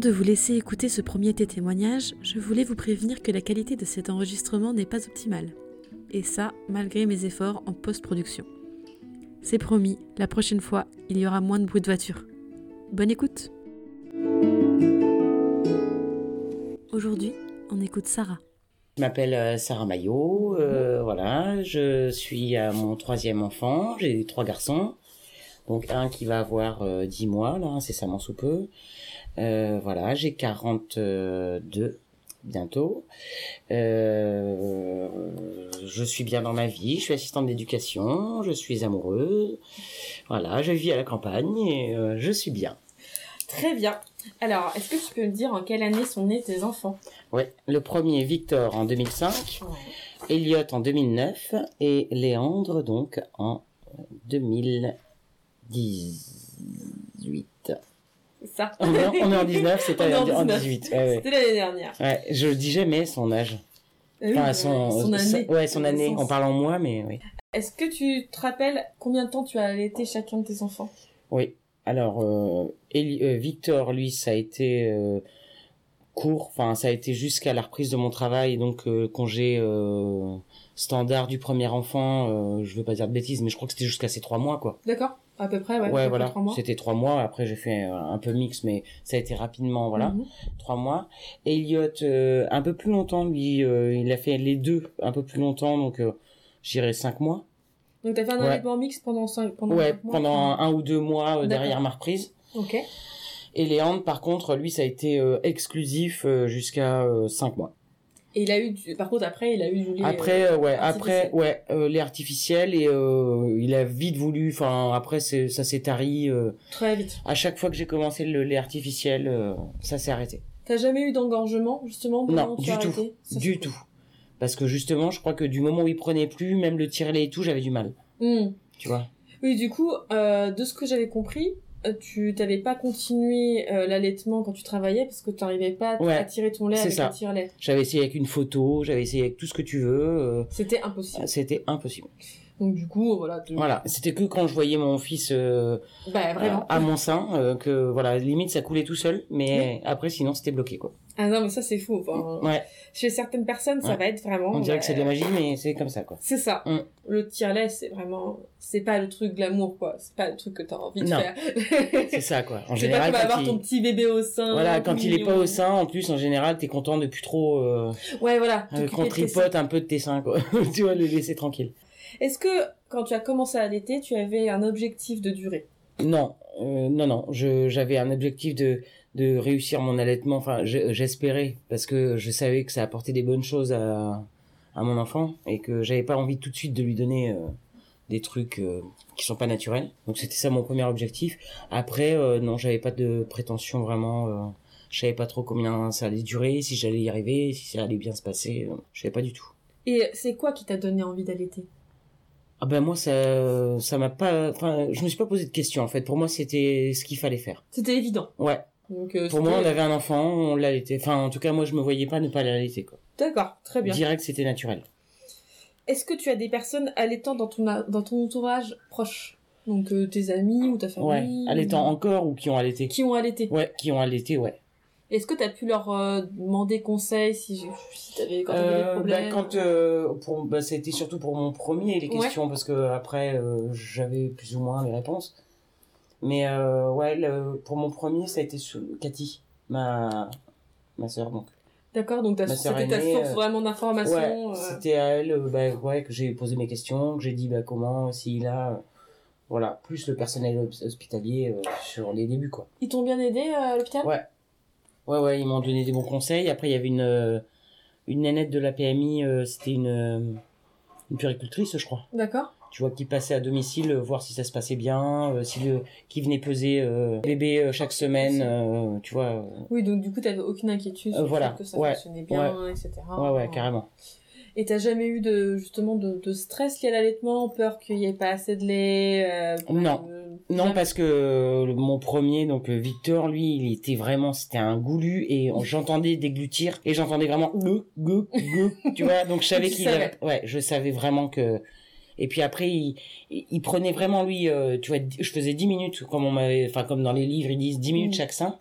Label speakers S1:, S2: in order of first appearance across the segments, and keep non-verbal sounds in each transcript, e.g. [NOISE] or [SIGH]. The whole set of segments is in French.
S1: de vous laisser écouter ce premier témoignage, je voulais vous prévenir que la qualité de cet enregistrement n'est pas optimale. Et ça, malgré mes efforts en post-production. C'est promis, la prochaine fois, il y aura moins de bruit de voiture. Bonne écoute Aujourd'hui, on écoute Sarah.
S2: Je m'appelle euh, Sarah Maillot, euh, voilà, je suis à mon troisième enfant, j'ai trois garçons, donc un qui va avoir euh, 10 mois, là, incessamment sous peu, euh, voilà, j'ai 42 bientôt, Euh, je suis bien dans ma vie, je suis assistante d'éducation, je suis amoureuse, voilà, je vis à la campagne et euh, je suis bien.
S3: Très bien. Alors, est-ce que tu peux me dire en quelle année sont nés tes enfants
S2: Ouais, le premier Victor en 2005, Elliot en 2009 et Léandre donc en euh, 2018.
S3: Ça.
S2: On est, on est en
S3: [LAUGHS]
S2: 19, c'était
S3: On est en
S2: en, en
S3: 19.
S2: 18. Ouais, ouais.
S3: C'était l'année dernière.
S2: Ouais, je dis jamais son âge.
S3: Ah oui,
S2: Enfin,
S3: euh,
S2: son,
S3: son année.
S2: ouais, son
S3: de
S2: année.
S3: naissance.
S2: On parle en mois, mais oui.
S3: Est-ce que tu te rappelles combien de temps tu as allaité chacun de tes enfants
S2: Oui. Alors, euh, Eli- euh, Victor, lui, ça a été euh, court. Enfin, ça a été jusqu'à la reprise de mon travail, donc euh, congé euh, standard du premier enfant. euh, je veux pas dire de bêtises, mais je crois que c'était jusqu'à ces trois mois, quoi.
S3: D'accord À peu près, ouais.
S2: Ouais,
S3: à peu près
S2: voilà.
S3: trois mois.
S2: C'était trois mois. Après, j'ai fait euh, un peu mix, mais ça a été rapidement, voilà,
S3: Mhm.
S2: trois mois. Elliot, euh, un peu plus longtemps, lui, euh, il a fait les deux un peu plus longtemps, donc euh, j'irais cinq mois.
S3: Donc, t'as fait un
S2: Ouais.
S3: allaitement mix pendant 5 pendant
S2: ouais,
S3: cinq mois.
S2: pendant un ou deux mois euh,
S3: D'accord.
S2: derrière ma reprise.
S3: Ok.
S2: Et Léandre, par contre, lui, ça a été euh, exclusif euh, jusqu'à 5 mois.
S3: Et il a eu, du- par contre, après, il a eu du lait.
S2: Après, euh, ouais,
S3: artificiel.
S2: après, ouais, euh, les artificiels et euh, il a vite voulu. Enfin, après, c'est- ça s'est tari. euh,
S3: euh, très vite.
S2: à chaque fois que j'ai commencé le lait artificiel, euh, ça s'est arrêté.
S3: T'as jamais eu d'engorgement, justement pendant
S2: Non,
S3: que tu
S2: du
S3: as
S2: tout.
S3: allaité Ça,
S2: du
S3: c'est cool.
S2: tout. Parce que justement, je crois que du moment où il prenait plus, même le tire-lait et tout, j'avais du mal.
S3: Hmm.
S2: Tu vois.
S3: Oui, du coup, euh, de ce que j'avais compris, euh, tu t'avais pas continué euh, l'allaitement quand tu travaillais parce que tu n'arrivais pas à-
S2: Ouais,
S3: à tirer ton lait
S2: c'est
S3: avec
S2: ça.
S3: un tire-lait.
S2: J'avais essayé avec une photo, j'avais essayé avec tout ce que tu veux.
S3: C'était
S2: euh,
S3: impossible.
S2: c'était impossible.
S3: Donc du coup, voilà. tu-
S2: Voilà, c'était que quand je voyais mon fils euh,
S3: Bah vraiment.
S2: à mon sein euh, que voilà limite ça coulait tout seul mais après sinon c'était bloqué quoi
S3: Ah non, mais ça c'est fou. Enfin,
S2: ouais
S3: Chez certaines personnes, ça
S2: Ouais.
S3: va être vraiment.
S2: on dirait
S3: euh,
S2: que c'est de la magie mais c'est comme ça quoi
S3: C'est ça.
S2: Mm.
S3: Le tire-lait, c'est vraiment. C'est pas le truc glamour, quoi. C'est pas le truc que t'as envie de
S2: Non.
S3: faire.
S2: c'est
S3: [LAUGHS]
S2: ça quoi en
S3: C'est pas
S2: général
S3: comme
S2: quand
S3: avoir
S2: il...
S3: ton petit bébé au sein.
S2: voilà
S3: tout
S2: quand il est pas
S3: mignon.
S2: au sein en plus en général t'es content de plus trop euh,
S3: Ouais, voilà.
S2: euh,
S3: t'occuper
S2: qu'on
S3: de tes seins.
S2: tripote un peu de tes seins quoi [LAUGHS] tu vois le laisser tranquille
S3: Est-ce que quand tu as commencé à allaiter, tu avais un objectif de durée
S2: non euh, non non je j'avais un objectif de de réussir mon allaitement enfin je- j'espérais parce que je savais que ça apportait des bonnes choses à à mon enfant et que j'avais pas envie tout de suite de lui donner euh, des trucs euh, qui sont pas naturels. Donc c'était ça mon premier objectif. Après, euh, non, j'avais pas de prétention vraiment. euh, je savais pas trop combien ça allait durer, si j'allais y arriver, si ça allait bien se passer. euh, je savais pas du tout.
S3: Et c'est quoi qui t'a donné envie d'allaiter
S2: Ah ben moi ça, ça m'a pas. Enfin, je me suis pas posé de questions en fait. Pour moi, c'était ce qu'il fallait faire.
S3: C'était évident.
S2: Ouais.
S3: Donc, euh,
S2: Pour moi, on
S3: c'était-
S2: avait un enfant, on l'allaitait. Enfin, en tout cas, moi, je me voyais pas ne pas l'allaiter quoi.
S3: D'accord, très bien.
S2: Direct, c'était naturel.
S3: Est-ce que tu as des personnes allaitantes dans ton, a- dans ton entourage proche Donc euh, tes amis ou ta
S2: Ouais.
S3: famille
S2: Allaitant
S3: ou-
S2: encore ou qui ont allaité.
S3: Qui ont allaité.
S2: Ouais, qui ont allaité, ouais.
S3: Est-ce que tu as pu leur euh, demander conseil si, si t'avais quand t'avais des
S2: Euh, bah,
S3: problèmes
S2: quand euh, pour bah, c'était surtout pour mon premier les
S3: Ouais.
S2: questions parce que après euh, j'avais plus ou moins les réponses mais euh, ouais le- pour mon premier ça a été sous- Cathy ma ma sœur donc
S3: D'accord, donc t'as-
S2: ma sœur
S3: c'était ta
S2: aînée,
S3: source
S2: euh,
S3: vraiment d'informations.
S2: ouais
S3: euh,
S2: c'était à elle euh, bah, ouais que j'ai posé mes questions que j'ai dit bah comment s'il a euh, voilà plus le personnel hos- hospitalier euh, sur les débuts quoi
S3: Ils t'ont bien aidé euh, à l'hôpital
S2: Ouais. Ouais, ouais, ils m'ont donné des bons conseils. Après, il y avait une, euh, une nanette de la PMI, euh, c'était une, euh, une puricultrice, je crois.
S3: D'accord.
S2: Tu vois, qui passait à domicile, euh, voir si ça se passait bien, euh, si le, qui venait peser euh, bébé euh, chaque semaine, euh, tu vois.
S3: Oui, donc du coup t'avais aucune inquiétude
S2: Euh,
S3: sur le
S2: voilà,
S3: fait que ça
S2: ouais,
S3: fonctionnait bien, etc.
S2: euh, ouais, ouais, carrément.
S3: Et t'as jamais eu de justement de, de stress lié à l'allaitement, peur qu'il y ait pas assez de lait euh,
S2: Non.
S3: euh,
S2: Non,
S3: jamais-
S2: parce que euh, mon premier, donc euh, Victor, lui, il était vraiment, c'était un goulu et on- j'entendais déglutir et j'entendais vraiment le, le,
S3: [LAUGHS]
S2: le, tu vois. Donc je savais
S3: Tu
S2: qu'il
S3: savais.
S2: avait, ouais, je savais vraiment que. Et puis après, il, il il prenait vraiment lui, euh, tu vois, d- je faisais 10 minutes comme on m'avait, enfin comme dans les livres ils disent 10 minutes
S3: Mm.
S2: chaque sein.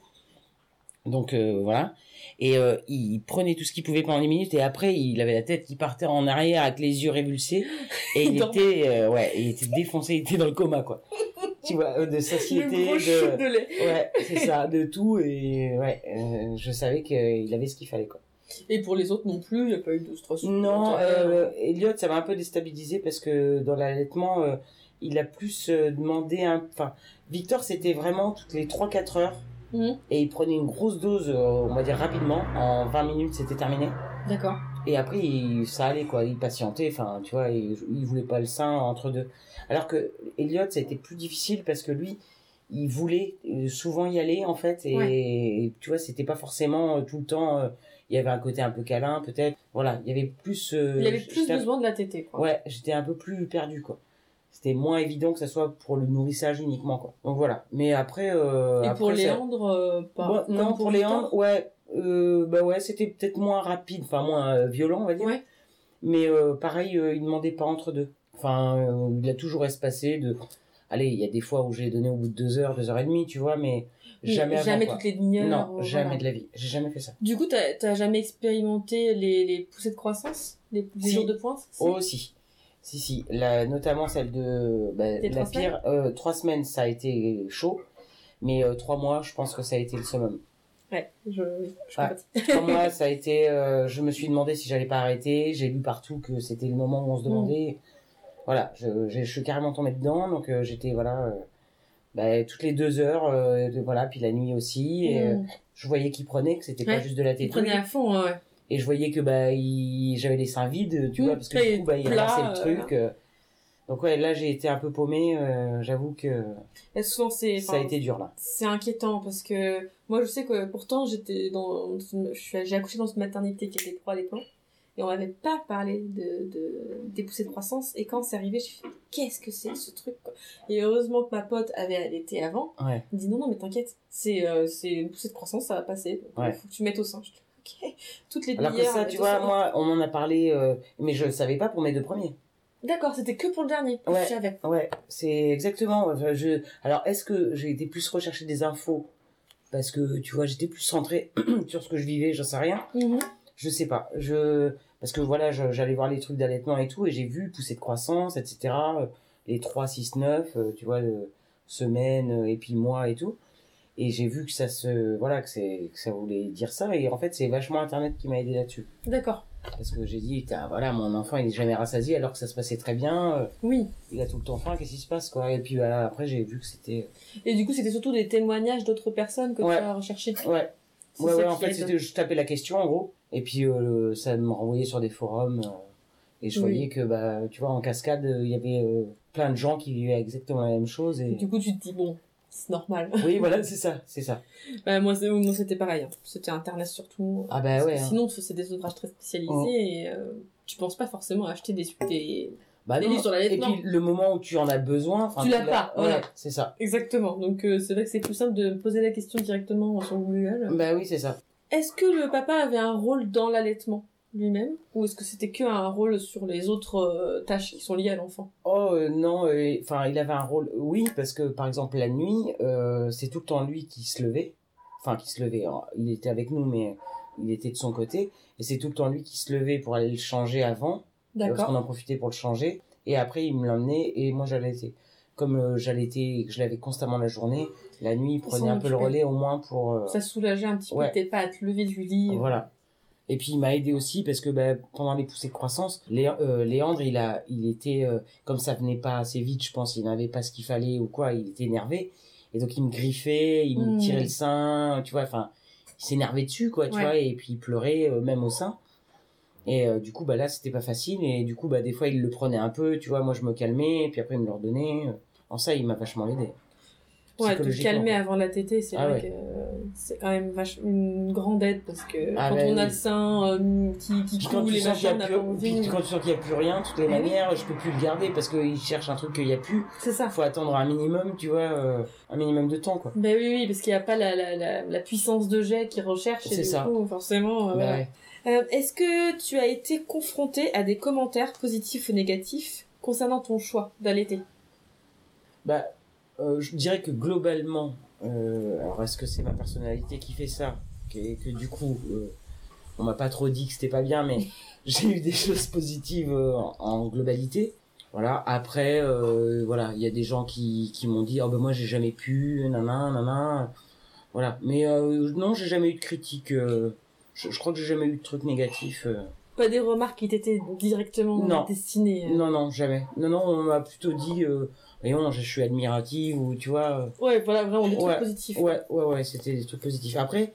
S2: Donc euh, voilà. Et euh, il prenait tout ce qu'il pouvait pendant 10 minutes et après il avait la tête qui partait en arrière avec les yeux révulsés et il
S3: [LAUGHS] Dans-
S2: était euh, ouais, il était défoncé, il était dans le coma quoi. Tu vois, euh, de
S3: Le
S2: satiété,
S3: gros shoot
S2: de
S3: de lait.
S2: ouais, c'est ça, de tout et ouais, euh, je savais qu'il avait ce qu'il fallait quoi.
S3: Et pour les autres non plus, il n'y a pas eu de stress.
S2: Non,
S3: supplémentaire.
S2: euh, Elliot, ça m'a un peu déstabilisé parce que dans l'allaitement, euh, il a plus euh, demandé un. Enfin, Victor, c'était vraiment toutes les 3-4 heures
S3: Mhm.
S2: et il prenait une grosse dose, euh, on va dire rapidement. En 20 minutes, c'était terminé.
S3: D'accord.
S2: Et après, il, ça allait quoi, il patientait, enfin, tu vois, il, il voulait pas le sein entre deux. Alors que Elliot, ça a été plus difficile parce que lui, il voulait euh, souvent y aller en fait, et,
S1: Ouais.
S2: et tu vois, c'était pas forcément euh, tout le temps. euh, il y avait un côté un peu câlin, peut-être. Voilà, il y avait plus. euh,
S3: Il avait plus
S2: j'étais un-
S3: besoin de la tétée, quoi.
S2: Ouais, j'étais un peu plus perdu quoi. C'était moins évident que ça soit pour le nourrissage uniquement quoi. Donc voilà. Mais après. Euh,
S3: Et
S2: après,
S3: pour
S2: ça-
S3: Léandre, euh, pas.
S2: Ouais,
S3: comme
S2: non, pour, les
S3: Victor
S2: Andes, ouais, euh, bah ouais, c'était peut-être moins rapide, enfin moins euh, violent, on va dire.
S3: Ouais.
S2: Mais euh, pareil, euh, il demandait pas entre deux. Enfin, euh, il a toujours espacé de. Allez, il y a des fois où j'ai donné au bout de deux heures, deux heures et demie, tu vois, mais
S3: Mais
S2: jamais avant.
S3: Jamais
S2: quoi.
S3: toutes les demi-heures.
S2: non,
S3: euh,
S2: jamais
S3: voilà.
S2: de la vie. J'ai jamais fait ça.
S3: Du coup, t'as t'as jamais expérimenté les, les poussées de croissance Les, les
S2: Si.
S3: jours de pointe Si.
S2: Oh, si. Si, si. La, notamment celle de. bah,
S3: Des
S2: la
S3: trois semaines
S2: pire. euh, trois semaines, ça a été chaud. Mais euh, trois mois, je pense que ça a été le summum.
S3: Ouais, je, je
S2: Ouais.
S3: compatis.
S2: Pour moi, ça a été. euh, je me suis demandé si j'allais pas arrêter. J'ai lu partout que c'était le moment où on se demandait. Voilà, je, je, je suis carrément tombé dedans. Donc euh, j'étais voilà, euh, bah, toutes les deux heures, euh, de- voilà, puis la nuit aussi. Et, euh,
S3: Mm.
S2: je voyais qu'il prenait, que c'était pas
S3: Ouais,
S2: juste de la
S3: Il
S2: tétouille.
S3: prenait à fond, hein, ouais.
S2: Et je voyais que bah il- j'avais les seins vides, tu
S3: Mm,
S2: vois, parce que
S3: et
S2: du coup bah il
S3: plat,
S2: ramassait
S3: euh,
S2: le truc. euh. Donc ouais, là j'ai été un peu paumé. euh, J'avoue que
S3: Et souvent, c'est
S2: ça a
S3: enfin,
S2: été dur là.
S3: c'est inquiétant parce que moi, je sais que pourtant, j'étais dans, je suis- j'ai accouché dans une maternité qui était pro à l'époque et on m'avait pas parlé de, de, des poussées de croissance. Et quand c'est arrivé, j'ai fait qu'est-ce que c'est ce truc quoi Et heureusement que ma pote avait allaité avant.
S2: Ouais.
S3: Elle me dit non, non, mais t'inquiète, c'est euh, c'est une poussée de croissance, ça va passer. Il
S2: Ouais.
S3: faut que tu mettes au sein. Je dis, ok, toutes les euh,
S2: Alors que
S3: demi-heures,
S2: ça,
S3: elle
S2: tu
S3: met au sein.
S2: vois, moi on en a parlé, euh, mais je le savais pas pour mes deux premiers.
S3: D'accord, c'était que pour le dernier.
S2: Ouais.
S3: Je savais.
S2: Ouais, c'est exactement. Enfin, je... Alors, est-ce que j'ai été plus rechercher des infos parce que tu vois, j'étais plus centré [CLEARS THROAT] sur ce que je vivais, j'en sais rien.
S3: Mhm.
S2: Je sais pas. Je parce que voilà, je- j'allais voir les trucs d'allaitement et tout, et j'ai vu poussée de croissance, etc. euh, Les 3, 6, 9, euh, tu vois, le... semaine euh, et puis mois et tout. Et j'ai vu que ça se voilà que c'est que ça voulait dire ça. Et en fait, c'est vachement Internet qui m'a aidé là-dessus
S3: D'accord.
S2: parce que j'ai dit, Putain, voilà, mon enfant, il est jamais rassasié alors que ça se passait très bien. euh,
S3: Oui.
S2: il a tout le temps faim, qu'est-ce qui se passe quoi Et puis voilà, après j'ai vu que c'était
S3: Et du coup, c'était surtout des témoignages d'autres personnes que
S2: Ouais.
S3: tu as recherchés.
S2: ouais
S3: C'est
S2: ouais
S3: ça
S2: ouais
S3: qui
S2: en fait
S3: aide.
S2: c'était je tapais la question en gros et puis euh, ça me renvoyait sur des forums euh, et je
S3: Oui.
S2: voyais que bah tu vois en cascade euh, il y avait euh, plein de gens qui vivaient exactement la même chose et
S3: Du coup, tu te dis, bon, c'est normal.
S2: [LAUGHS] oui voilà c'est ça c'est ça
S3: [LAUGHS] Bah, moi, c'est- moi, c'était pareil. hein. C'était internet surtout.
S2: ah bah
S3: Parce que
S2: ouais hein.
S3: Sinon, c'est des ouvrages très spécialisés
S2: Oh.
S3: et euh, tu penses pas forcément à acheter des. des-
S2: bah
S3: les
S2: non.
S3: livres sur
S2: et
S3: l'allaitement.
S2: puis le moment où tu en as besoin enfin,
S3: Tu l'as pas, voilà.
S2: Ouais, c'est ça
S3: Exactement. Donc, euh, c'est vrai que c'est plus simple de poser la question directement sur Google.
S2: bah oui c'est ça
S3: Est-ce que le papa avait un rôle dans l'allaitement lui-même Ou est-ce que c'était que un rôle sur les autres euh, tâches qui sont liées à l'enfant
S2: Oh euh, non, euh, enfin il avait un rôle, oui, parce que par exemple la nuit, euh, c'est tout le temps lui qui se levait, enfin qui se levait, hein. il était avec nous mais il était de son côté, et c'est tout le temps lui qui se levait pour aller le changer avant, euh, parce qu'on
S3: D'accord.
S2: en profitait pour le changer, et après il me l'emmenait et moi j'allaitais. Comme euh, j'allaitais et que je l'avais constamment la journée, la nuit il prenait
S3: s'en
S2: un peu le
S3: occupait.
S2: relais au moins pour... euh,
S3: Ça soulageait un petit peu
S2: Ouais.
S3: t'es pas à te lever du lit.
S2: voilà. Et puis il m'a aidé aussi parce que bah, pendant les poussées de croissance, Lé- euh, Léandre, il a, il était euh, comme ça venait pas assez vite, je pense, il n'avait pas ce qu'il fallait ou quoi, il était énervé. Et donc il me griffait, il me
S3: Mm.
S2: tirait le sein, tu vois, enfin, il s'énervait dessus quoi, tu
S3: Ouais.
S2: vois, et puis il pleurait euh, même au sein. Et euh, du coup bah là c'était pas facile et du coup bah des fois il le prenait un peu, tu vois, moi je me calmais, puis après il me le redonnait. En ça il m'a vachement aidé.
S3: Ouais, de
S2: Psychologiquement,
S3: calmer
S2: quoi.
S3: avant la tétée, c'est
S2: Ah
S3: vrai
S2: ouais.
S3: que euh, c'est quand même vache... une grande aide parce que
S2: Ah
S3: quand
S2: bah
S3: on a
S2: oui.
S3: le sein euh, qui, qui
S2: Puis quand,
S3: coule,
S2: tu
S3: les
S2: sens qu'il y
S3: machins,
S2: a
S3: on n'a
S2: plus,
S3: pas envie.
S2: puis quand tu sens qu'il n'y a plus rien, de toutes les
S3: Mais oui.
S2: manières, je peux plus le garder parce qu'il cherche un truc qu'il n'y a plus.
S3: C'est ça.
S2: Faut attendre un minimum, tu vois, euh, un minimum de temps, quoi.
S3: Ben oui, oui, parce qu'il n'y a pas la, la, la, la puissance de jet qu'ils recherchent. et
S2: C'est
S3: du
S2: ça.
S3: coup, forcément. euh,
S2: Bah ouais.
S3: Euh, Est-ce que tu as été confronté à des commentaires positifs ou négatifs concernant ton choix d'allaiter
S2: Bah, euh, je dirais que globalement, euh, alors est-ce que c'est ma personnalité qui fait ça et que du coup, euh, on m'a pas trop dit que c'était pas bien, mais [LAUGHS] j'ai eu des choses positives euh, en, en globalité. Voilà. Après, euh, voilà, il y a des gens qui, qui m'ont dit, oh ben moi j'ai jamais pu, nanan, nanan. Voilà. Mais euh, non, j'ai jamais eu de critique. euh, je, je crois que j'ai jamais eu de truc négatif. euh.
S3: Pas des remarques qui t'étaient directement
S2: Non.
S3: destinées. euh.
S2: Non, non, jamais. Non, non, on m'a plutôt dit, euh, voyons, je suis admirative ou tu vois. euh,
S3: Ouais, voilà, vraiment des
S2: Ouais.
S3: trucs positifs.
S2: Ouais, ouais, ouais, c'était des trucs positifs. Après,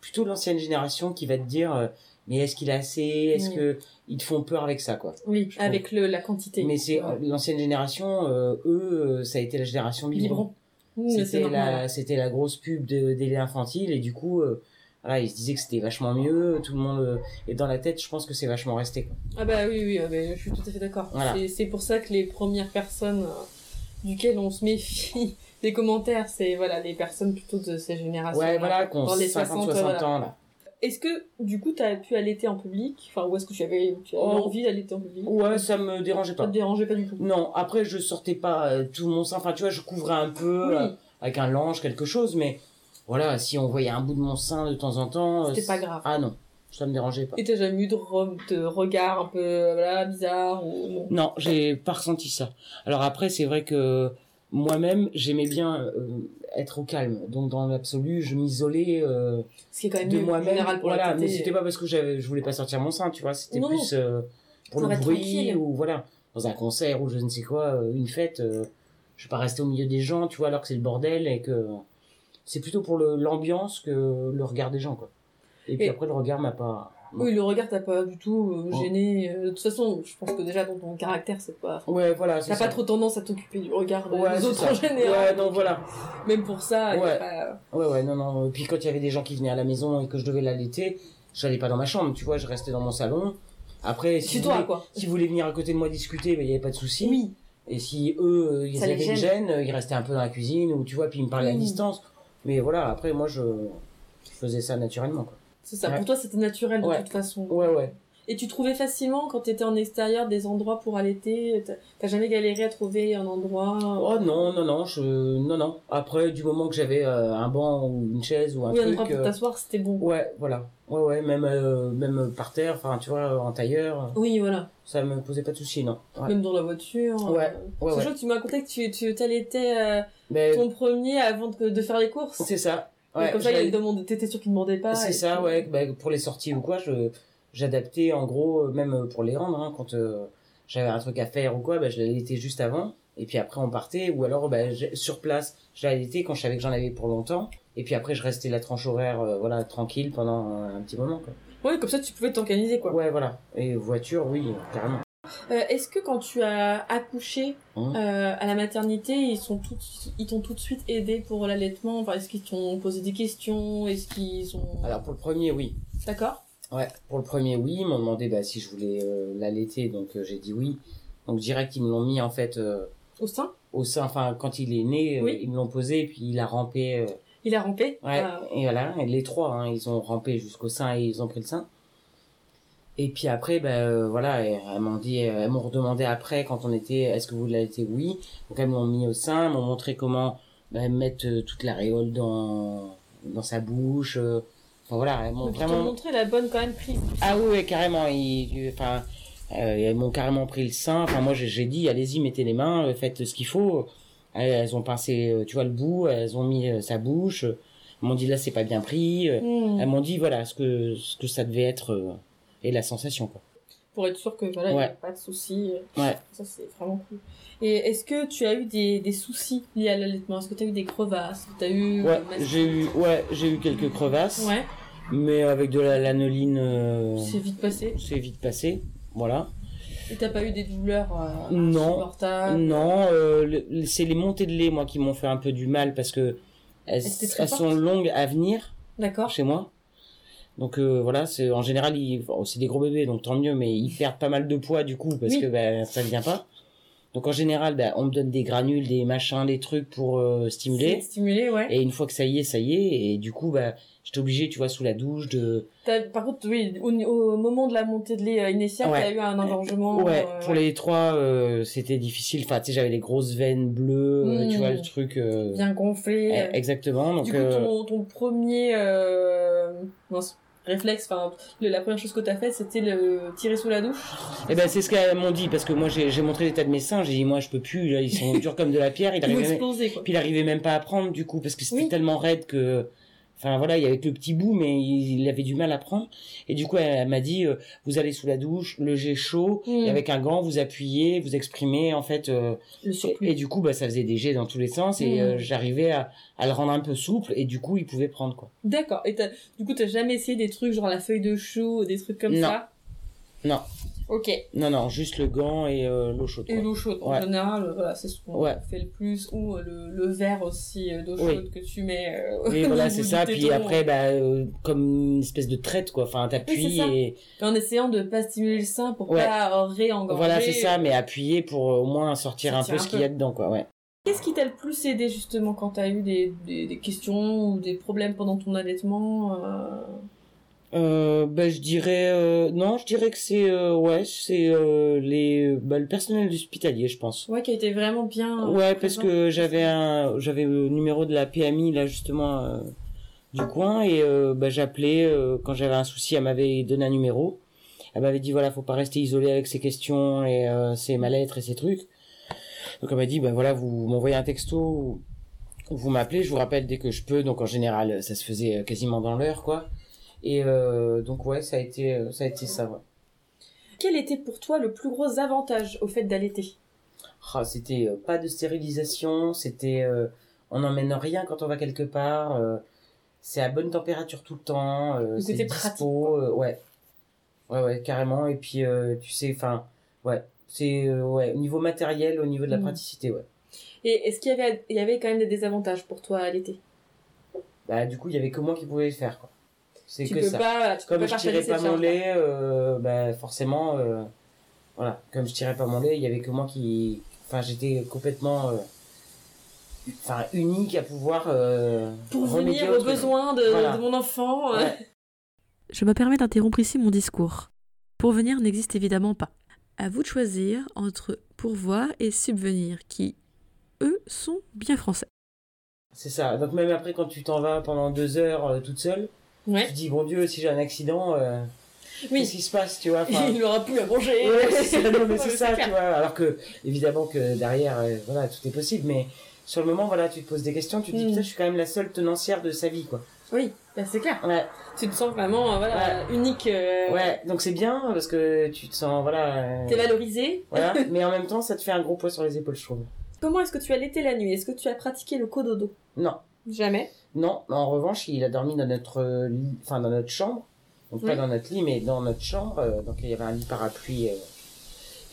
S2: plutôt l'ancienne génération qui va te dire, euh, mais est-ce qu'il a assez Est-ce
S3: Mm.
S2: que ils te font peur avec ça, quoi
S3: Oui,
S2: Je
S3: avec le, la quantité.
S2: Mais c'est euh, l'ancienne génération, euh, eux, euh, ça a été la génération biberon.
S3: Biberon. Mmh, mais c'est
S2: C'était
S3: normal.
S2: la, c'était la grosse pub de, des laits infantiles et du coup, euh, voilà, ils se disaient que c'était vachement mieux. Tout le monde euh, et dans la tête, je pense que c'est vachement resté. quoi.
S3: Ah bah oui, oui, ah bah, je suis tout à fait d'accord.
S2: Voilà.
S3: C'est- C'est pour ça que les premières personnes euh, duquel on se méfie [LAUGHS] des commentaires, c'est voilà, les personnes plutôt de ces générations.
S2: Ouais, voilà, qu'on
S3: Ah, dans les
S2: 50,
S3: 60,
S2: 60
S3: voilà.
S2: ans là.
S3: Est-ce que du coup t'as pu allaiter en public Enfin, ou est-ce que tu avais, tu avais
S2: Oh.
S3: envie d'allaiter en public
S2: Ouais, ça me dérangeait
S3: Ça
S2: pas.
S3: te dérangeait pas du tout.
S2: Non, après je sortais pas euh, tout mon sein. Enfin, tu vois, je couvrais un peu.
S3: Oui,
S2: euh, avec un linge, quelque chose, mais voilà, si on voyait un bout de mon sein de temps en temps. euh,
S3: c'était pas
S2: c-
S3: grave.
S2: Ah non, ça me dérangeait pas.
S3: Et t'as jamais eu de, re- de regard un peu voilà, bizarre ou non
S2: Non, j'ai pas ressenti ça. Alors après, c'est vrai que moi-même, j'aimais bien euh, être au calme. Donc dans l'absolu, je m'isolais euh,
S3: Ce qui est quand même
S2: de
S3: mieux, en général
S2: moi-même.
S3: pour
S2: Voilà,
S3: la
S2: mais
S3: santé.
S2: c'était pas parce que j'avais, je voulais pas sortir mon sein, tu vois. C'était
S3: Non,
S2: plus euh, pour
S3: Pour
S2: le
S3: être
S2: bruit
S3: tranquille.
S2: ou voilà, dans un concert ou je ne sais quoi, euh, une fête. euh, je vais pas rester au milieu des gens, tu vois, alors que c'est le bordel et que c'est plutôt pour le- l'ambiance que le regard des gens, quoi. Et puis
S3: Et-
S2: après, le regard m'a pas.
S3: Oui, le regard t'as pas du tout euh,
S2: Oh.
S3: gêné. euh, De toute façon, je pense que déjà dans ton caractère, c'est pas.
S2: Ouais, voilà. c'est
S3: T'as pas
S2: ça.
S3: trop tendance à t'occuper du regard des
S2: Ouais, c'est
S3: autres
S2: ça.
S3: en général. euh.
S2: Ouais, donc voilà.
S3: Même pour ça, il y a
S2: Ouais.
S3: pas-
S2: Ouais, ouais, non, non. Puis quand il y avait des gens qui venaient à la maison et que je devais l'allaiter, j'allais pas dans ma chambre, tu vois, je restais dans mon salon. Après, si
S3: c'est
S2: vous
S3: toi
S2: voulez,
S3: quoi.
S2: si vous voulez venir à côté de moi discuter, ben, il y avait pas de souci.
S3: Oui.
S2: Et si eux, euh, ils
S3: Ça les
S2: avaient une gêne, euh, ils restaient un peu dans la cuisine, ou tu vois, puis ils me parlaient à
S3: Mm.
S2: distance. Mais voilà, après, moi, je je faisais ça naturellement, quoi.
S3: C'est ça.
S2: Ouais.
S3: Pour toi, c'était naturel de
S2: Ouais.
S3: toute façon.
S2: Ouais, ouais.
S3: Et tu trouvais facilement quand t'étais en extérieur des endroits pour allaiter. t'as- T'as jamais galéré à trouver un endroit.
S2: Oh non, non, non, je... Non, non. Après, du moment que j'avais euh, un banc ou une chaise ou un
S3: Oui, un
S2: truc...
S3: endroit pour
S2: euh,
S3: t'asseoir, c'était bon.
S2: Ouais, voilà. Ouais, ouais, même, euh, même par terre, enfin, tu vois, en tailleur,
S3: Oui, voilà.
S2: ça me posait pas de soucis, non. Ouais,
S3: Même dans la voiture.
S2: Ouais.
S3: euh.
S2: ouais,
S3: C'est
S2: ouais.
S3: chaud, tu m'as raconté que tu, tu t'allaitais euh,
S2: Mais
S3: ton premier avant de, de faire les courses.
S2: c'est ça.
S3: Donc,
S2: Ouais,
S3: comme ça,
S2: je
S3: il
S2: l'ai-
S3: demande, t'étais sûr qu'il demandait pas.
S2: c'est
S3: et
S2: ça,
S3: puis-
S2: ouais. bah, pour les sorties ou quoi, je j'adaptais en gros, euh, même pour les rendre, hein, quand euh, j'avais un truc à faire ou quoi, bah, je l'allaitais juste avant. Et puis après, on partait. Ou alors, bah, j'ai- sur place, je l'allaitais quand je savais que j'en avais pour longtemps. Et puis après, je restais la tranche horaire, euh, voilà, tranquille pendant euh, un petit moment. Quoi.
S3: Ouais, comme ça, tu pouvais t'organiser, quoi.
S2: Ouais, voilà. Et voiture, oui, euh, carrément.
S3: Euh, Est-ce que quand tu as accouché
S2: Hein
S3: euh, à la maternité, ils sont tout, ils t'ont tout de suite aidé pour l'allaitement Enfin, Est-ce qu'ils t'ont posé des questions Est-ce qu'ils ont
S2: Alors pour le premier, oui.
S3: D'accord.
S2: Ouais, pour le premier, oui, ils m'ont demandé bah, si je voulais euh, l'allaiter, donc euh, j'ai dit oui. Donc direct, ils me l'ont mis en fait euh,
S3: Au sein,
S2: au sein, enfin quand il est né, euh,
S3: Oui.
S2: ils me l'ont posé, puis il a rampé. euh,
S3: il a rampé.
S2: ouais,
S3: Euh,
S2: et voilà, et les trois, hein, ils ont rampé jusqu'au sein et ils ont pris le sein. Et puis après, ben euh, voilà, et elles m'ont dit, euh, elles m'ont redemandé après quand on était, est-ce que vous l'allaitez Oui. Donc elles m'ont mis au sein, elles m'ont montré comment ben, mettre euh, toute l'aréole dans dans sa bouche. euh. Enfin voilà, elles m'ont
S3: donc ils t'ont
S2: vraiment
S3: montré la bonne quand même prise.
S2: ah oui, oui, carrément. Ils, euh, enfin, euh, ils m'ont carrément pris le sein. Enfin, moi, j'ai- j'ai dit, allez-y, mettez les mains, euh, faites ce qu'il faut. Elles, elles ont pincé, euh, tu vois, le bout. Elles ont mis euh, sa bouche. Elles m'ont dit, là, c'est pas bien pris. euh.
S3: Hmm.
S2: Elles m'ont dit, voilà, ce que ce que ça devait être euh, et la sensation, quoi.
S3: Pour être sûr que voilà, il n'y a
S2: Ouais.
S3: pas de soucis. euh.
S2: Ouais.
S3: Ça c'est vraiment cool. Et est-ce que tu as eu des, des soucis liés à l'allaitement Est-ce que tu as eu des crevasses Est-ce que T'as eu
S2: Ouais,
S3: des
S2: j'ai eu, ouais, j'ai eu quelques crevasses,
S3: bah, Ouais.
S2: mais avec de la lanoline, euh,
S3: C'est vite passé.
S2: c'est vite passé. Voilà.
S3: Et t'as pas eu des douleurs euh,
S2: Non.
S3: insupportables
S2: Non, euh, le- le- c'est les montées de lait, moi, qui m'ont fait un peu du mal parce que elles,
S3: Elles étaient très
S2: elles sont longues à venir
S3: D'accord.
S2: chez moi. Donc euh, voilà, c'est en général, ils- bon, c'est des gros bébés, donc tant mieux, mais ils perdent pas mal de poids du coup parce
S3: Oui.
S2: que ben, ça ne vient pas. Donc en général, bah, on me donne des granules, des machins, des trucs pour euh, stimuler.
S3: Stimulé, ouais.
S2: Et une fois que ça y est, ça y est. Et du coup, bah, j'étais obligé, tu vois, sous la douche de.
S3: T'as- Par contre, oui, au, au moment de la montée de l'île initiale,
S2: Ouais.
S3: t'as eu un engorgement.
S2: Ouais.
S3: euh,
S2: Pour les trois, euh, c'était difficile. Enfin, tu sais, j'avais les grosses veines bleues, euh, tu
S3: Mm.
S2: vois, le truc. euh,
S3: Bien gonflé.
S2: eh,
S3: euh.
S2: Exactement. Donc.
S3: du coup,
S2: euh,
S3: ton, ton premier euh, mince, réflexe, enfin, le- la première chose que t'as faite, c'était le tirer sous la douche.
S2: Eh ben c'est ce qu'elles m'ont dit parce que moi j'ai j'ai montré l'état de mes seins, j'ai dit moi je peux plus, là, ils
S3: [LAUGHS]
S2: sont durs comme de la pierre, il
S3: Ils vont
S2: arrivait même,
S3: exploser, quoi.
S2: puis il arrivait même pas à prendre du coup parce que c'était
S3: Oui.
S2: tellement raide que enfin voilà, il y avait que le petit bout mais il, il avait du mal à prendre et du coup elle, elle m'a dit euh, vous allez sous la douche, le jet chaud
S3: Mm.
S2: et avec un gant vous appuyez, vous exprimez en fait euh,
S3: Le
S2: et,
S3: surplus.
S2: et du coup bah ça faisait des jets dans tous les sens et
S3: Mm.
S2: euh, j'arrivais à, à le rendre un peu souple et du coup il pouvait prendre quoi.
S3: D'accord. Et t'as- du coup, t'as jamais essayé des trucs genre la feuille de chou, des trucs comme
S2: Non.
S3: ça
S2: Non.
S3: Ok. Et
S2: Non non, juste le gant et euh, l'eau chaude. quoi.
S3: l'eau chaude. En
S2: Ouais.
S3: général, euh, voilà, c'est ce qu'on
S2: Ouais.
S3: fait le plus. Ou euh, le, le verre aussi euh, d'eau
S2: Oui.
S3: chaude que tu mets. euh,
S2: Oui,
S3: [LAUGHS] au
S2: voilà,
S3: niveau
S2: c'est
S3: du
S2: ça. Puis
S3: téton.
S2: après, bah, euh, comme une espèce de traite, quoi. Enfin,
S3: Oui, c'est
S2: t'appuies
S3: ça.
S2: et.
S3: En essayant de pas stimuler le sein pour
S2: Ouais.
S3: pas réengorger.
S2: Voilà, c'est ça, mais appuyer pour euh, au moins sortir un
S3: Sortir
S2: peu
S3: un
S2: ce qu'il
S3: peu.
S2: y a dedans, quoi. Ouais.
S3: Qu'est-ce qui t'a le plus aidé justement quand t'as eu des, des, des questions ou des problèmes pendant ton allaitement euh,
S2: Euh, bah, je dirais. euh, non, je dirais que c'est. euh, ouais, c'est euh, les, bah, le personnel hospitalier, je pense.
S3: Ouais, qui a été vraiment bien. euh,
S2: Ouais, parce
S3: présent.
S2: que j'avais un, j'avais le numéro de la PMI là justement euh, du coin et euh, bah, j'appelais euh, quand j'avais un souci, elle m'avait donné un numéro. Elle m'avait dit voilà, faut pas rester isolé avec ces questions et euh, ces mal-être et ces trucs. Donc elle m'a dit ben voilà, vous m'envoyez un texto ou ou vous m'appelez, je vous rappelle dès que je peux. Donc en général, ça se faisait euh, quasiment dans l'heure quoi. Et euh, donc ouais, ça a été euh, ça a été ça. ouais.
S3: Quel était pour toi le plus gros avantage au fait d'allaiter
S2: Ah, c'était euh, pas de stérilisation, c'était euh, on n'emmène rien quand on va quelque part, euh, c'est à bonne température tout le temps, euh,
S3: Du
S2: c'est
S3: côté
S2: dispo,
S3: pratique,
S2: euh, ouais. Ouais ouais, carrément et puis euh, tu sais enfin ouais, c'est euh, ouais, au niveau matériel, au niveau de la
S3: Mhm.
S2: praticité, ouais.
S3: Et est-ce qu'il y avait, il y avait quand même des désavantages pour toi à allaiter
S2: Bah du coup, il y avait que moi qui pouvais le faire quoi. C'est
S3: Tu
S2: que
S3: peux
S2: ça.
S3: pas, tu peux
S2: Comme
S3: pas
S2: je
S3: partager
S2: tirais
S3: cette
S2: pas mon
S3: charge-là.
S2: lait, euh, bah forcément euh, voilà, comme je tirais pas mon lait, il y avait que moi qui enfin j'étais complètement euh, enfin unique à pouvoir euh,
S3: Pour
S2: remédier
S3: venir
S2: au
S3: aux
S2: truc.
S3: besoins de,
S2: Voilà.
S3: de mon enfant. euh.
S2: Ouais.
S1: Je me permets d'interrompre ici mon discours. Pourvenir n'existe évidemment pas. À vous de choisir entre pourvoir et subvenir, qui, eux, sont bien français.
S2: C'est ça. Donc même après quand tu t'en vas pendant deux heures euh, toute seule, tu
S3: [LAUGHS] Ouais.
S2: te dis bon Dieu si j'ai un accident, euh, qu'est-ce
S3: Oui.
S2: qui se passe, tu vois enfin,
S3: [LAUGHS] Il aura plus à manger.
S2: ouais, c'est
S3: [LAUGHS]
S2: ça, non, mais c'est
S3: Ouais,
S2: ça,
S3: clair.
S2: tu vois. Alors que évidemment que derrière, euh, voilà, tout est possible, mais sur le moment, voilà, tu te poses des questions, tu te dis
S3: Mm.
S2: putain, je suis quand même la seule tenancière de sa vie, quoi.
S3: Oui, bah, c'est clair.
S2: Ouais,
S3: Tu te sens vraiment euh, voilà, unique. euh,
S2: ouais. Donc c'est bien parce que tu te sens, voilà. euh,
S3: T'es valorisé. [LAUGHS]
S2: voilà. mais en même temps, ça te fait un gros poids sur les épaules, je trouve.
S3: Comment est-ce que tu as allaité la nuit Est-ce que tu as pratiqué le cododo
S2: Non,
S3: Jamais.
S2: non. En revanche, il a dormi dans notre euh, lit, enfin dans notre chambre, donc pas
S3: Oui.
S2: dans notre lit, mais dans notre chambre. euh, donc il y avait un lit parapluie. euh,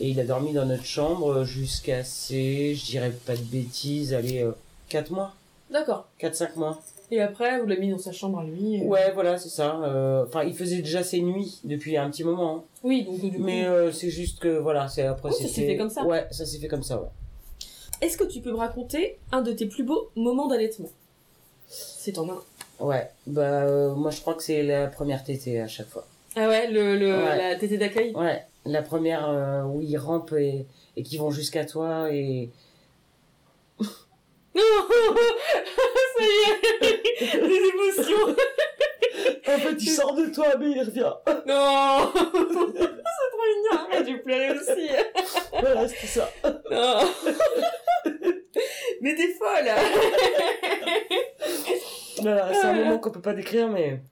S2: et il a dormi dans notre chambre euh, jusqu'à ses, je dirais pas de bêtises, allez, 4 mois,
S3: D'accord.
S2: 4-5 mois.
S3: Et après, vous l'avez mis dans sa chambre à lui. euh.
S2: Ouais, voilà, c'est ça. Euh, Enfin, il faisait déjà ses nuits depuis un petit moment. hein.
S3: Oui, donc du coup.
S2: Mais euh, c'est juste que, voilà, c'est après.
S3: Oh, Mm-hmm. ça
S2: c'était-
S3: s'est fait comme ça.
S2: Ouais, ça s'est fait comme ça, ouais.
S3: Est-ce que tu peux me raconter un de tes plus beaux moments d'allaitement C'est en un.
S2: Ouais, bah, euh, moi je crois que c'est la première tétée à chaque fois.
S3: Ah ouais, le, le,
S2: Ouais.
S3: la tétée d'accueil
S2: Ouais, la première euh, où ils rampent et, et qui vont jusqu'à toi et.
S3: [LAUGHS] Non Ça y [LAUGHS] est Des émotions
S2: En fait, il sort de toi, mais il revient.
S3: Non [LAUGHS] C'est trop mignon J'ai dû pleurer Ah, aussi
S2: Voilà, c'est ça.
S3: Non [LAUGHS] Mais t'es folle
S2: Voilà, c'est un moment qu'on peut pas décrire, mais.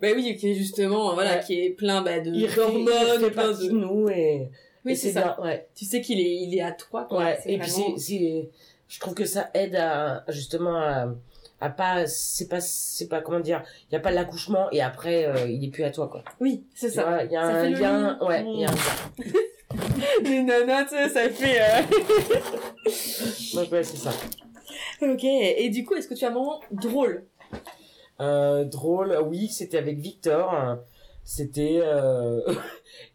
S3: Bah oui, qui est justement, voilà,
S2: Ouais.
S3: qui est plein bah, de
S2: Il
S3: d'hormones,
S2: fait
S3: plein
S2: partie de
S3: de...
S2: nous et. et
S3: Oui, c'est ça.
S2: bien, Ouais.
S3: Tu sais qu'il est, il est à toi, quoi.
S2: Ouais,
S3: C'est
S2: et puis
S3: vraiment-
S2: c'est, c'est- je trouve que ça aide à, justement, à, à pas, c'est pas, c'est pas, comment dire, il n'y a pas l'accouchement et après, euh, il est plus à toi, quoi.
S3: Oui, c'est
S2: Tu
S3: ça.
S2: vois, il y a
S3: Ça
S2: un
S3: fait le
S2: lien,
S3: lien.
S2: ouais, il y a un lien.
S3: Les nanas, tu sais, ça fait... euh,
S2: Donc, ouais, c'est ça.
S3: Ok, et du coup, est-ce que tu as un moment drôle
S2: Euh, drôle, oui, c'était avec Victor. [LAUGHS] hein. C'était, euh,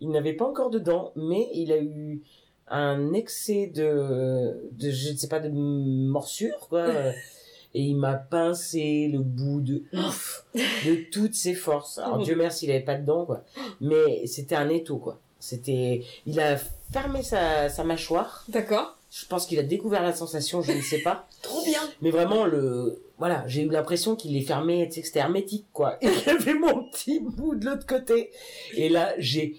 S2: il n'avait pas encore de dents, mais il a eu un excès de, de je ne sais pas de morsure quoi et il m'a pincé le bout de ouf de toutes ses forces alors Dieu merci il avait pas de dents quoi mais c'était un étau quoi c'était il a fermé sa, sa mâchoire
S3: D'accord.
S2: je pense qu'il a découvert la sensation je ne sais pas
S3: Trop bien.
S2: mais vraiment le voilà j'ai eu l'impression qu'il les fermait tu sais que c'était hermétique quoi [LAUGHS] et il y avait mon petit bout de l'autre côté et là j'ai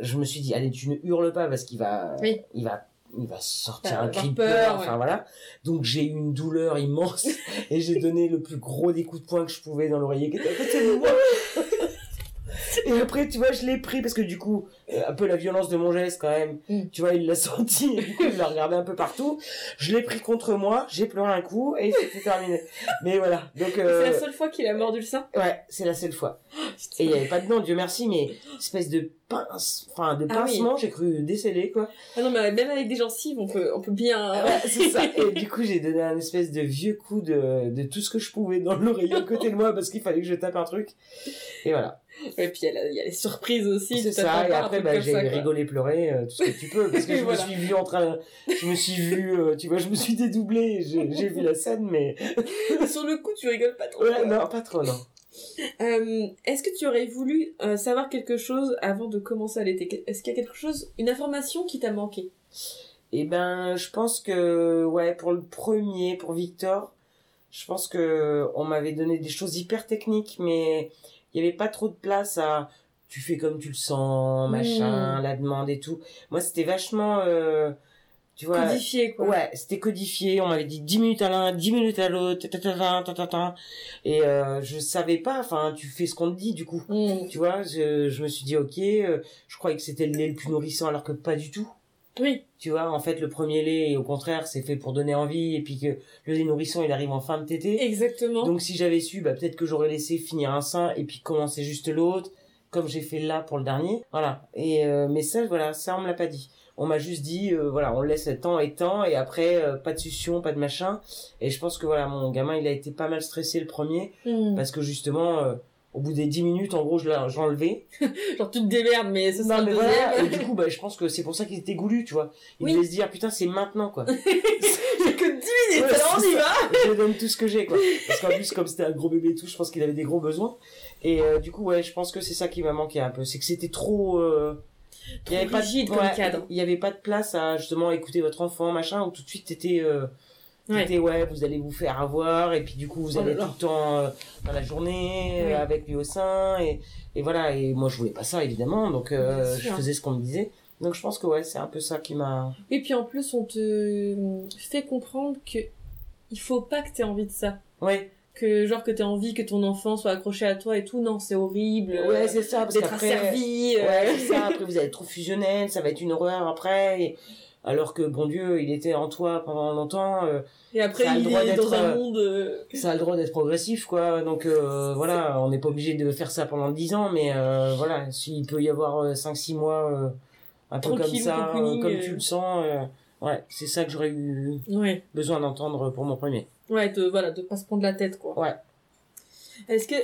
S2: je me suis dit allez tu ne hurles pas parce qu'il va
S3: Oui.
S2: il va il va sortir
S3: Il va
S2: un
S3: avoir
S2: cri de
S3: peur,
S2: peur enfin voilà donc j'ai eu une douleur
S3: [LAUGHS]
S2: immense et j'ai donné le plus gros des coups de poing que je pouvais dans l'oreiller qui était à côté
S3: [LAUGHS]
S2: de moi et après tu vois je l'ai pris parce que du coup euh, un peu la violence de mon geste quand même
S3: Mm.
S2: tu vois il l'a senti et du coup il l'a regardé un peu partout je l'ai pris contre moi, j'ai pleuré un coup et c'était terminé. Mais voilà, donc euh,
S3: C'est la seule fois qu'il a mordu le sein.
S2: ouais, c'est la seule fois. Et il n'y avait pas de dents, Dieu merci, mais espèce de pince, enfin de
S3: Ah
S2: pincement, j'ai cru déceler
S3: [LAUGHS]
S2: quoi.
S3: Ah non, mais même avec des gencives, on peut, on peut bien.
S2: Ah Ouais, c'est ça. Et du coup, j'ai donné un espèce de vieux coup de, de tout ce que je pouvais dans l'oreiller à côté de moi parce qu'il fallait que je tape un truc. Et voilà.
S3: Et puis il y a la- il y, a les surprises aussi.
S2: c'est
S3: tu t'attends
S2: ça. Et
S3: pas à un
S2: après,
S3: truc
S2: bah,
S3: comme
S2: j'ai
S3: ça, quoi.
S2: rigolé, pleuré, euh, tout ce que tu
S3: [LAUGHS]
S2: peux, parce que je
S3: Voilà.
S2: me suis vu en train, je me suis vu, euh, tu vois, je me suis dédoublé. et J'ai j'ai vu la scène,
S3: [LAUGHS]
S2: mais
S3: Sur le coup, tu rigoles pas trop.
S2: ouais,
S3: quoi.
S2: non, pas trop, non.
S3: Euh, Est-ce que tu aurais voulu euh, savoir quelque chose avant de commencer à l'été Est-ce qu'il y a quelque chose, une information qui t'a manqué
S2: Eh ben, je pense que, ouais, pour le premier, pour Victor, je pense que on m'avait donné des choses hyper techniques, mais il n'y avait pas trop de place à tu fais comme tu le sens,
S3: Hmm.
S2: machin, la demande et tout. Moi, c'était vachement, euh, tu vois.
S3: Codifié, quoi.
S2: Ouais, c'était codifié, on m'avait dit 10 minutes à l'un, 10 minutes à l'autre, ta, ta, ta, ta, ta, ta. et euh, je savais pas, enfin, tu fais ce qu'on te dit du coup.
S3: Mm.
S2: Tu vois, je, je me suis dit, ok, euh, je croyais que c'était le lait le plus nourrissant alors que pas du tout.
S3: Oui.
S2: Tu vois, en fait, le premier lait, au contraire, c'est fait pour donner envie, et puis que le lait nourrisson, il arrive en fin de tétée.
S3: Exactement.
S2: Donc, si j'avais su, bah, peut-être que j'aurais laissé finir un sein, et puis commencer juste l'autre, comme j'ai fait là pour le dernier. Voilà. Et, euh, mais ça, voilà, ça, on me l'a pas dit. On m'a juste dit, euh, voilà, on laisse tant et tant, et après, euh, pas de succion, pas de machin. Et je pense que, voilà, mon gamin, il a été pas mal stressé le premier,
S3: Mm.
S2: parce que justement, euh, au bout des 10 minutes, en gros, je l'ai- je l'enlevais.
S3: Genre, tu te démerdes, mais ce sera
S2: Non,
S3: le
S2: mais [LAUGHS]
S3: deuxième.
S2: voilà, et du coup, bah, je pense que c'est pour ça qu'il était goulu, tu vois. Il
S3: Oui.
S2: devait se dire, putain, c'est maintenant, quoi.
S3: J'ai que 10 minutes,
S2: Ouais,
S3: alors on
S2: c'est
S3: y
S2: ça.
S3: va
S2: je donne tout ce que j'ai, quoi. Parce qu'en plus, comme c'était un gros bébé et tout, je pense qu'il avait des gros besoins. Et euh, du coup, ouais, je pense que c'est ça qui m'a manqué un peu. C'est que c'était trop. euh,
S3: Trop rigide
S2: pas
S3: comme cadre.
S2: Il n'y avait pas de place à justement écouter votre enfant, machin, où tout de suite t'étais. Euh,
S3: Ouais.
S2: t'étais, ouais, vous allez vous faire avoir, et puis du coup, vous
S3: Oh
S2: allez
S3: là là.
S2: tout le temps euh, dans la journée, euh,
S3: Oui.
S2: avec lui au sein, et, et voilà. Et moi, je voulais pas ça, évidemment, donc euh,
S3: Bien
S2: je
S3: sûr.
S2: faisais ce qu'on me disait. Donc je pense que, ouais, c'est un peu ça qui m'a.
S3: Et puis en plus, on te fait comprendre que il faut pas que t'aies envie de ça.
S2: Ouais,
S3: Que genre que t'aies envie que ton enfant soit accroché à toi et tout. Non, c'est horrible. Euh,
S2: ouais, c'est ça, parce
S3: D'être
S2: qu'après.
S3: asservi. euh,
S2: Ouais, c'est
S3: [LAUGHS]
S2: ça. Après, vous allez être trop fusionnel, ça va être une horreur après. Et- Alors que, bon Dieu, il était en toi pendant longtemps. euh,
S3: Et après,
S2: Ça a le
S3: il
S2: droit
S3: est dans
S2: d'être,
S3: un
S2: euh,
S3: monde. euh,
S2: ça a le droit d'être progressif, quoi. Donc, euh, voilà, on n'est pas obligé de faire ça pendant 10 ans, mais euh, voilà, s'il peut y avoir 5-6 mois, euh, un peu comme
S3: Tranquille,
S2: ça,
S3: cocooning,
S2: euh, comme
S3: euh.
S2: tu le sens, euh, ouais, c'est ça que j'aurais eu
S3: Ouais.
S2: besoin d'entendre pour mon premier.
S3: Ouais, de, voilà, de pas se prendre la tête, quoi.
S2: Ouais.
S3: Est-ce que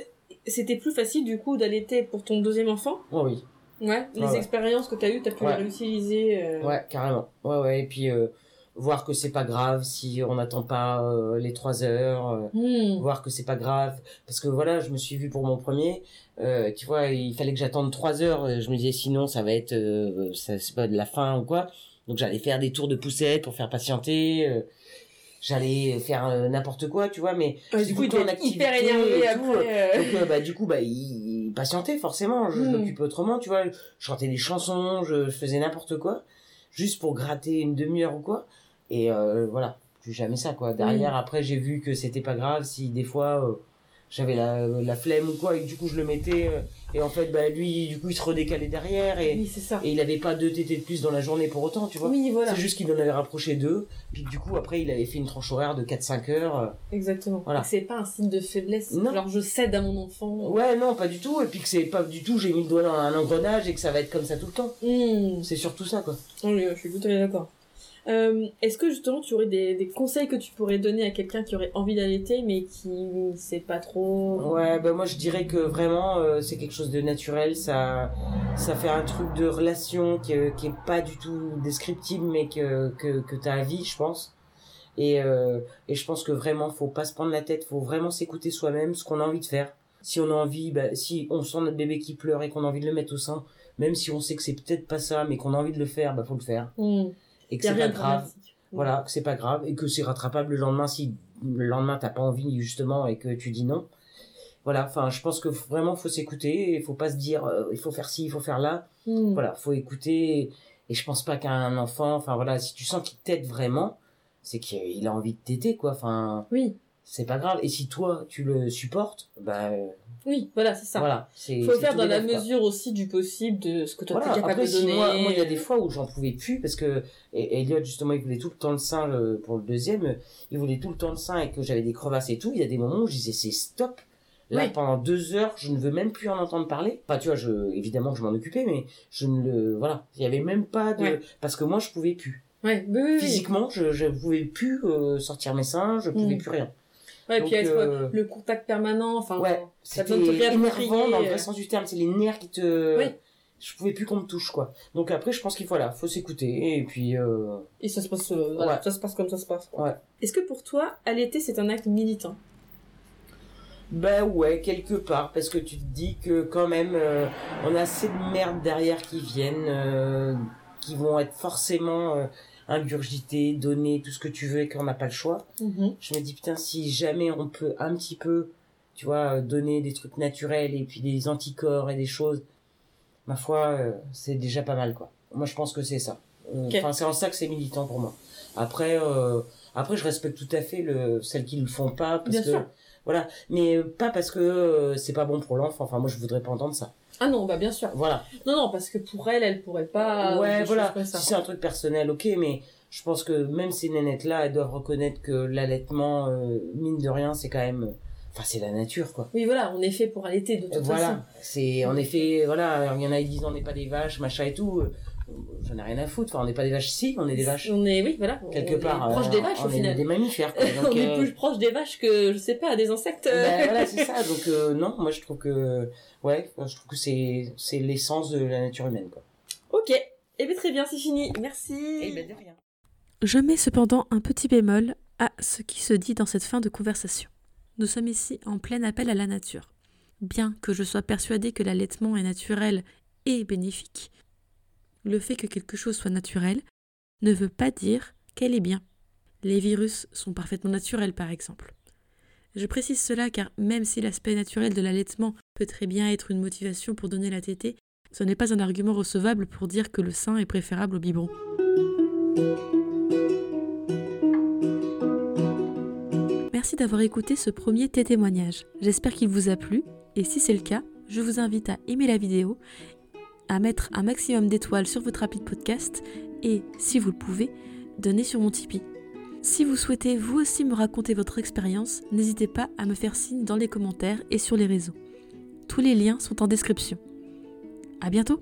S3: c'était plus facile, du coup, d'allaiter pour ton deuxième enfant
S2: Oh oui.
S3: Ouais. Les
S2: ouais.
S3: expériences que t'as eues, t'as pu
S2: Ouais.
S3: les réutiliser. euh,
S2: Ouais, carrément. Ouais, ouais. Et puis, euh, voir que c'est pas grave si on n'attend pas euh, les 3 heures. euh,
S3: hmm,
S2: voir que c'est pas grave parce que voilà je me suis vu pour mon premier euh, tu vois il fallait que j'attende trois heures euh, je me disais sinon ça va être euh, ça c'est pas de la fin ou quoi donc j'allais faire des tours de poussette pour faire patienter euh, j'allais faire euh, n'importe quoi tu vois mais
S3: Ouais, du coup, il
S2: tout le temps en
S3: était hyper
S2: activité
S3: énervé
S2: et tout.
S3: après. euh,
S2: donc euh, bah du coup bah il, il patientait forcément je, je
S3: Mm.
S2: l'occupais autrement tu vois je chantais des chansons je, je faisais n'importe quoi juste pour gratter une demi-heure ou quoi et euh, voilà plus jamais ça quoi derrière
S3: Mm.
S2: après j'ai vu que c'était pas grave si des fois euh, j'avais la, euh, la flemme ou quoi et que, du coup je le mettais euh, et en fait bah lui du coup il se redécalait derrière et,
S3: Oui, c'est ça.
S2: et il avait pas deux tétés de plus dans la journée pour autant tu vois
S3: Oui, voilà.
S2: c'est juste qu'il en avait rapproché deux puis du coup après il avait fait une tranche horaire de 4-5 heures euh,
S3: Exactement.
S2: Voilà.
S3: C'est pas un signe de faiblesse.
S2: Non.
S3: Genre, je cède à mon enfant.
S2: Ouais, non, pas du tout. Et puis que c'est pas du tout, j'ai mis le doigt dans un engrenage et que ça va être comme ça tout le temps.
S3: Hmm,
S2: C'est surtout ça, quoi.
S3: oui, je suis tout à fait d'accord. Euh, Est-ce que justement tu aurais des, des conseils que tu pourrais donner à quelqu'un qui aurait envie d'allaiter mais qui ne sait pas trop
S2: Ouais, bah moi je dirais que vraiment euh, c'est quelque chose de naturel, ça, ça fait un truc de relation qui, euh, qui est pas du tout descriptible mais que, que, que t'as à vie, je pense. Et, euh, et je pense que vraiment faut pas se prendre la tête, faut vraiment s'écouter soi-même, ce qu'on a envie de faire. Si on a envie, bah, si on sent notre bébé qui pleure et qu'on a envie de le mettre au sein, même si on sait que c'est peut-être pas ça mais qu'on a envie de le faire, bah faut le faire.
S3: Mmh.
S2: Et que
S3: Y a
S2: c'est pas
S3: rien de
S2: grave.
S3: dramatique.
S2: Voilà, que c'est pas grave et que c'est rattrapable le lendemain si le lendemain t'as pas envie justement et que tu dis non. Voilà, enfin je pense que vraiment faut s'écouter et faut pas se dire euh, il faut faire ci, il faut faire là.
S3: Mmh.
S2: Voilà, faut écouter et, et je pense pas qu'un enfant, enfin voilà, si tu sens qu'il t'aide vraiment, c'est qu'il a envie de t'aider quoi. Enfin
S3: Oui,
S2: c'est pas grave et si toi tu le supportes, bah euh,
S3: oui, voilà, c'est ça.
S2: voilà, c'est
S3: Il faut
S2: c'est
S3: faire
S2: tout
S3: dans la
S2: bénef, quoi
S3: mesure aussi du possible de ce que toi
S2: voilà.
S3: t'es capable
S2: Après,
S3: de
S2: si
S3: donner.
S2: moi, moi, il y a des fois où j'en pouvais plus parce que et- Elliot, justement, il voulait tout le temps le sein le- pour le deuxième. euh, Il voulait tout le temps le sein et que j'avais des crevasses et tout. Il y a des moments où je disais c'est stop. Là,
S3: Oui.
S2: pendant deux heures, je ne veux même plus en entendre parler. Enfin, tu vois, je, évidemment, je m'en occupais, mais je ne le, voilà. Il y avait même pas de,
S3: Ouais.
S2: parce que moi, je pouvais plus.
S3: Ouais, oui, oui, oui.
S2: Physiquement, je, je pouvais plus euh, sortir mes seins, je pouvais
S3: Mm.
S2: plus rien.
S3: Ouais,
S2: Donc,
S3: puis être,
S2: euh,
S3: le contact permanent, enfin.
S2: Ouais.
S3: Ça
S2: C'était
S3: peut te réapproprier,
S2: énervant dans le
S3: euh.
S2: vrai sens du terme. C'est les nerfs qui te.
S3: Oui.
S2: Je pouvais plus qu'on me touche, quoi. Donc après, je pense qu'il faut, là, faut s'écouter. Et puis, euh,
S3: Et ça se passe, euh, voilà,
S2: Ouais.
S3: ça se passe comme ça se passe.
S2: Ouais.
S3: Est-ce que pour toi, allaiter, c'est un acte militant
S2: bah ouais, quelque part. Parce que tu te dis que quand même, euh, on a assez de merde derrière qui viennent, euh, qui vont être forcément euh, ingurgitées, données, tout ce que tu veux et qu'on n'a pas le choix. je me dis putain si jamais on peut un petit peu tu vois euh, donner des trucs naturels et puis des anticorps et des choses ma foi euh, c'est déjà pas mal quoi moi je pense que c'est ça Euh,
S3: Ok.
S2: enfin c'est en ça que c'est militant pour moi après euh, après je respecte tout à fait le celles qui le font pas parce
S3: Bien
S2: que
S3: sûr.
S2: voilà mais euh, pas parce que euh, c'est pas bon pour l'enfant enfin moi je voudrais pas entendre ça
S3: Ah non, bah bien sûr.
S2: voilà
S3: Non, non, parce que pour elle, elle pourrait Euh, pas.
S2: ouais
S3: des
S2: voilà
S3: choses comme ça.
S2: si c'est un truc personnel ok mais je pense que même ces nénettes là elles doivent reconnaître que l'allaitement euh, mine de rien c'est quand même enfin c'est la nature quoi
S3: Oui, voilà, on est fait pour allaiter de toute façon.
S2: voilà, c'est en effet, voilà, alors il y en a qui disent on n'est pas des vaches, machin et tout. euh, J'en ai rien à foutre. Enfin, on n'est pas des vaches si, on est des vaches.
S3: On est, oui, voilà. on-
S2: Quelque
S3: on est
S2: part.
S3: proche
S2: euh,
S3: des vaches
S2: on
S3: au
S2: est
S3: final. [LAUGHS]
S2: des mammifères. quoi. Donc,
S3: on est
S2: euh,
S3: plus proche des vaches que, je sais pas, des insectes. [LAUGHS]
S2: ben, voilà, c'est ça. Donc, euh, non, moi je trouve que, ouais, je trouve que c'est c'est l'essence de la nature humaine, quoi.
S3: ok. Eh bien, très bien, c'est fini. Merci.
S2: Eh ben, de rien.
S1: Je mets cependant un petit bémol à ce qui se dit dans cette fin de conversation. Nous sommes ici en plein appel à la nature. Bien que je sois persuadée que l'allaitement est naturel et bénéfique, le fait que quelque chose soit naturel ne veut pas dire qu'elle est bien. Les virus sont parfaitement naturels, par exemple. Je précise cela car même si l'aspect naturel de l'allaitement peut très bien être une motivation pour donner la tétée, ce n'est pas un argument recevable pour dire que le sein est préférable au biberon. Merci d'avoir écouté ce premier thé témoignage. J'espère qu'il vous a plu et si c'est le cas, je vous invite à aimer la vidéo, à mettre un maximum d'étoiles sur votre appli de podcast et, si vous le pouvez, donner sur mon Tipeee. Si vous souhaitez vous aussi me raconter votre expérience, n'hésitez pas à me faire signe dans les commentaires et sur les réseaux. Tous les liens sont en description. À bientôt